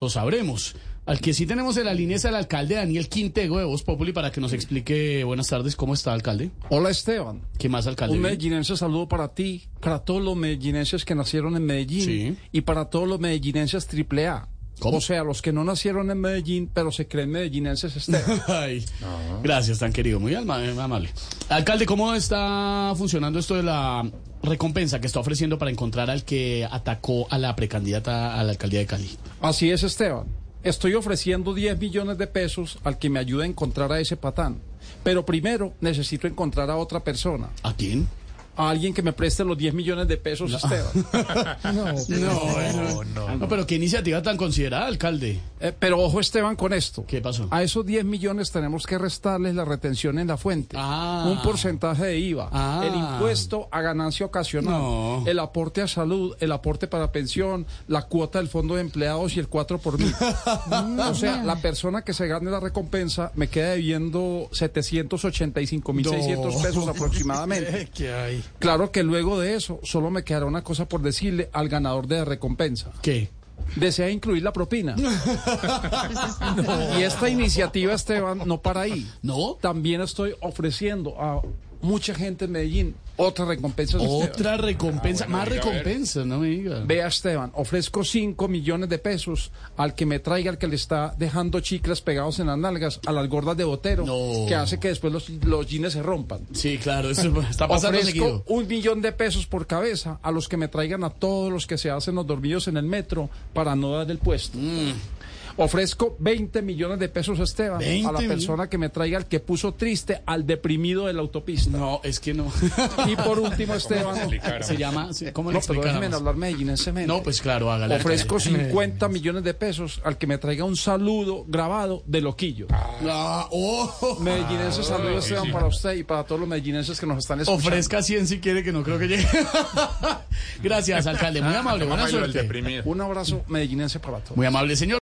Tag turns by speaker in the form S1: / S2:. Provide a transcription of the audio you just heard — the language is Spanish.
S1: Lo sabremos. Al que sí tenemos en la línea es el alcalde Daniel Quintego de Voz Populi para que nos explique. Buenas tardes, ¿cómo está, alcalde?
S2: Hola Esteban,
S1: ¿Qué más, alcalde?
S2: un medellinense saludo para ti, para todos los medellinenses que nacieron en Medellín
S1: Sí.
S2: y para todos los medellinenses triple A.
S1: ¿Cómo?
S2: O sea, los que no nacieron en Medellín, pero se creen medellinenses, Esteban.
S1: Ay, Gracias, tan querido. Muy alma- eh, amable. Alcalde, ¿cómo está funcionando esto de la recompensa que está ofreciendo para encontrar al que atacó a la precandidata a la alcaldía de Cali?
S2: Así es, Esteban. Estoy ofreciendo 10 millones de pesos al que me ayude a encontrar a ese patán. Pero primero necesito encontrar a otra persona,
S1: ¿A quién?
S2: a alguien que me preste los 10 millones de pesos, Esteban.
S1: No, no, no. Pero qué iniciativa tan considerada, alcalde.
S2: Eh, pero ojo, Esteban, con esto.
S1: ¿Qué pasó?
S2: A esos 10 millones tenemos que restarles la retención en la fuente,
S1: Ah.
S2: un porcentaje de IVA,
S1: Ah.
S2: el impuesto a ganancia ocasional,
S1: No.
S2: el aporte a salud, el aporte para pensión, la cuota del fondo de empleados y el 4 por mil. o sea, la persona que se gane la recompensa me queda debiendo 785 mil 600 pesos aproximadamente.
S1: eh, ¿Qué hay?
S2: Claro que luego de eso solo me quedará una cosa por decirle al ganador de la recompensa.
S1: ¿Qué?
S2: Desea incluir la propina. Y esta iniciativa, Esteban, no para ahí.
S1: ¿No?
S2: También estoy ofreciendo a mucha gente en Medellín otra recompensa.
S1: Otra recompensa, más recompensa, no me diga.
S2: Vea, Esteban, ofrezco 5 millones de pesos al que me traiga, al que le está dejando chicles pegados en las nalgas, a las gordas de botero,
S1: No.
S2: que hace que después los, los jeans se rompan.
S1: Sí, claro, eso está pasando
S2: Ofrezco
S1: seguido.
S2: un millón de pesos por cabeza a los que me traigan a todos los que se hacen los dormidos en el metro para no dar el puesto.
S1: Mm.
S2: Ofrezco 20 millones de pesos, Esteban, a
S1: 20
S2: la
S1: mil-
S2: persona que me traiga al que puso triste al deprimido de la autopista.
S1: No, es que no.
S2: Y por último, Esteban,
S1: Se llama, ¿cómo le
S2: no, pero
S1: explicáramos?
S2: déjenme hablar medellinensemente.
S1: No, pues claro, hágale.
S2: Ofrezco
S1: alcalde.
S2: 50 millones de pesos al que me traiga un saludo grabado de Loquillo.
S1: Ah, oh.
S2: Medellinenses, saludos, Esteban, para usted y para todos los medellinenses que nos están escuchando.
S1: Ofrezca 100 si quiere, que no creo que llegue. Gracias, alcalde. Muy amable, buena
S3: Ay, lo del
S1: suerte.
S3: deprimido.
S2: Un abrazo medellinense para todos.
S1: Muy amable, señor.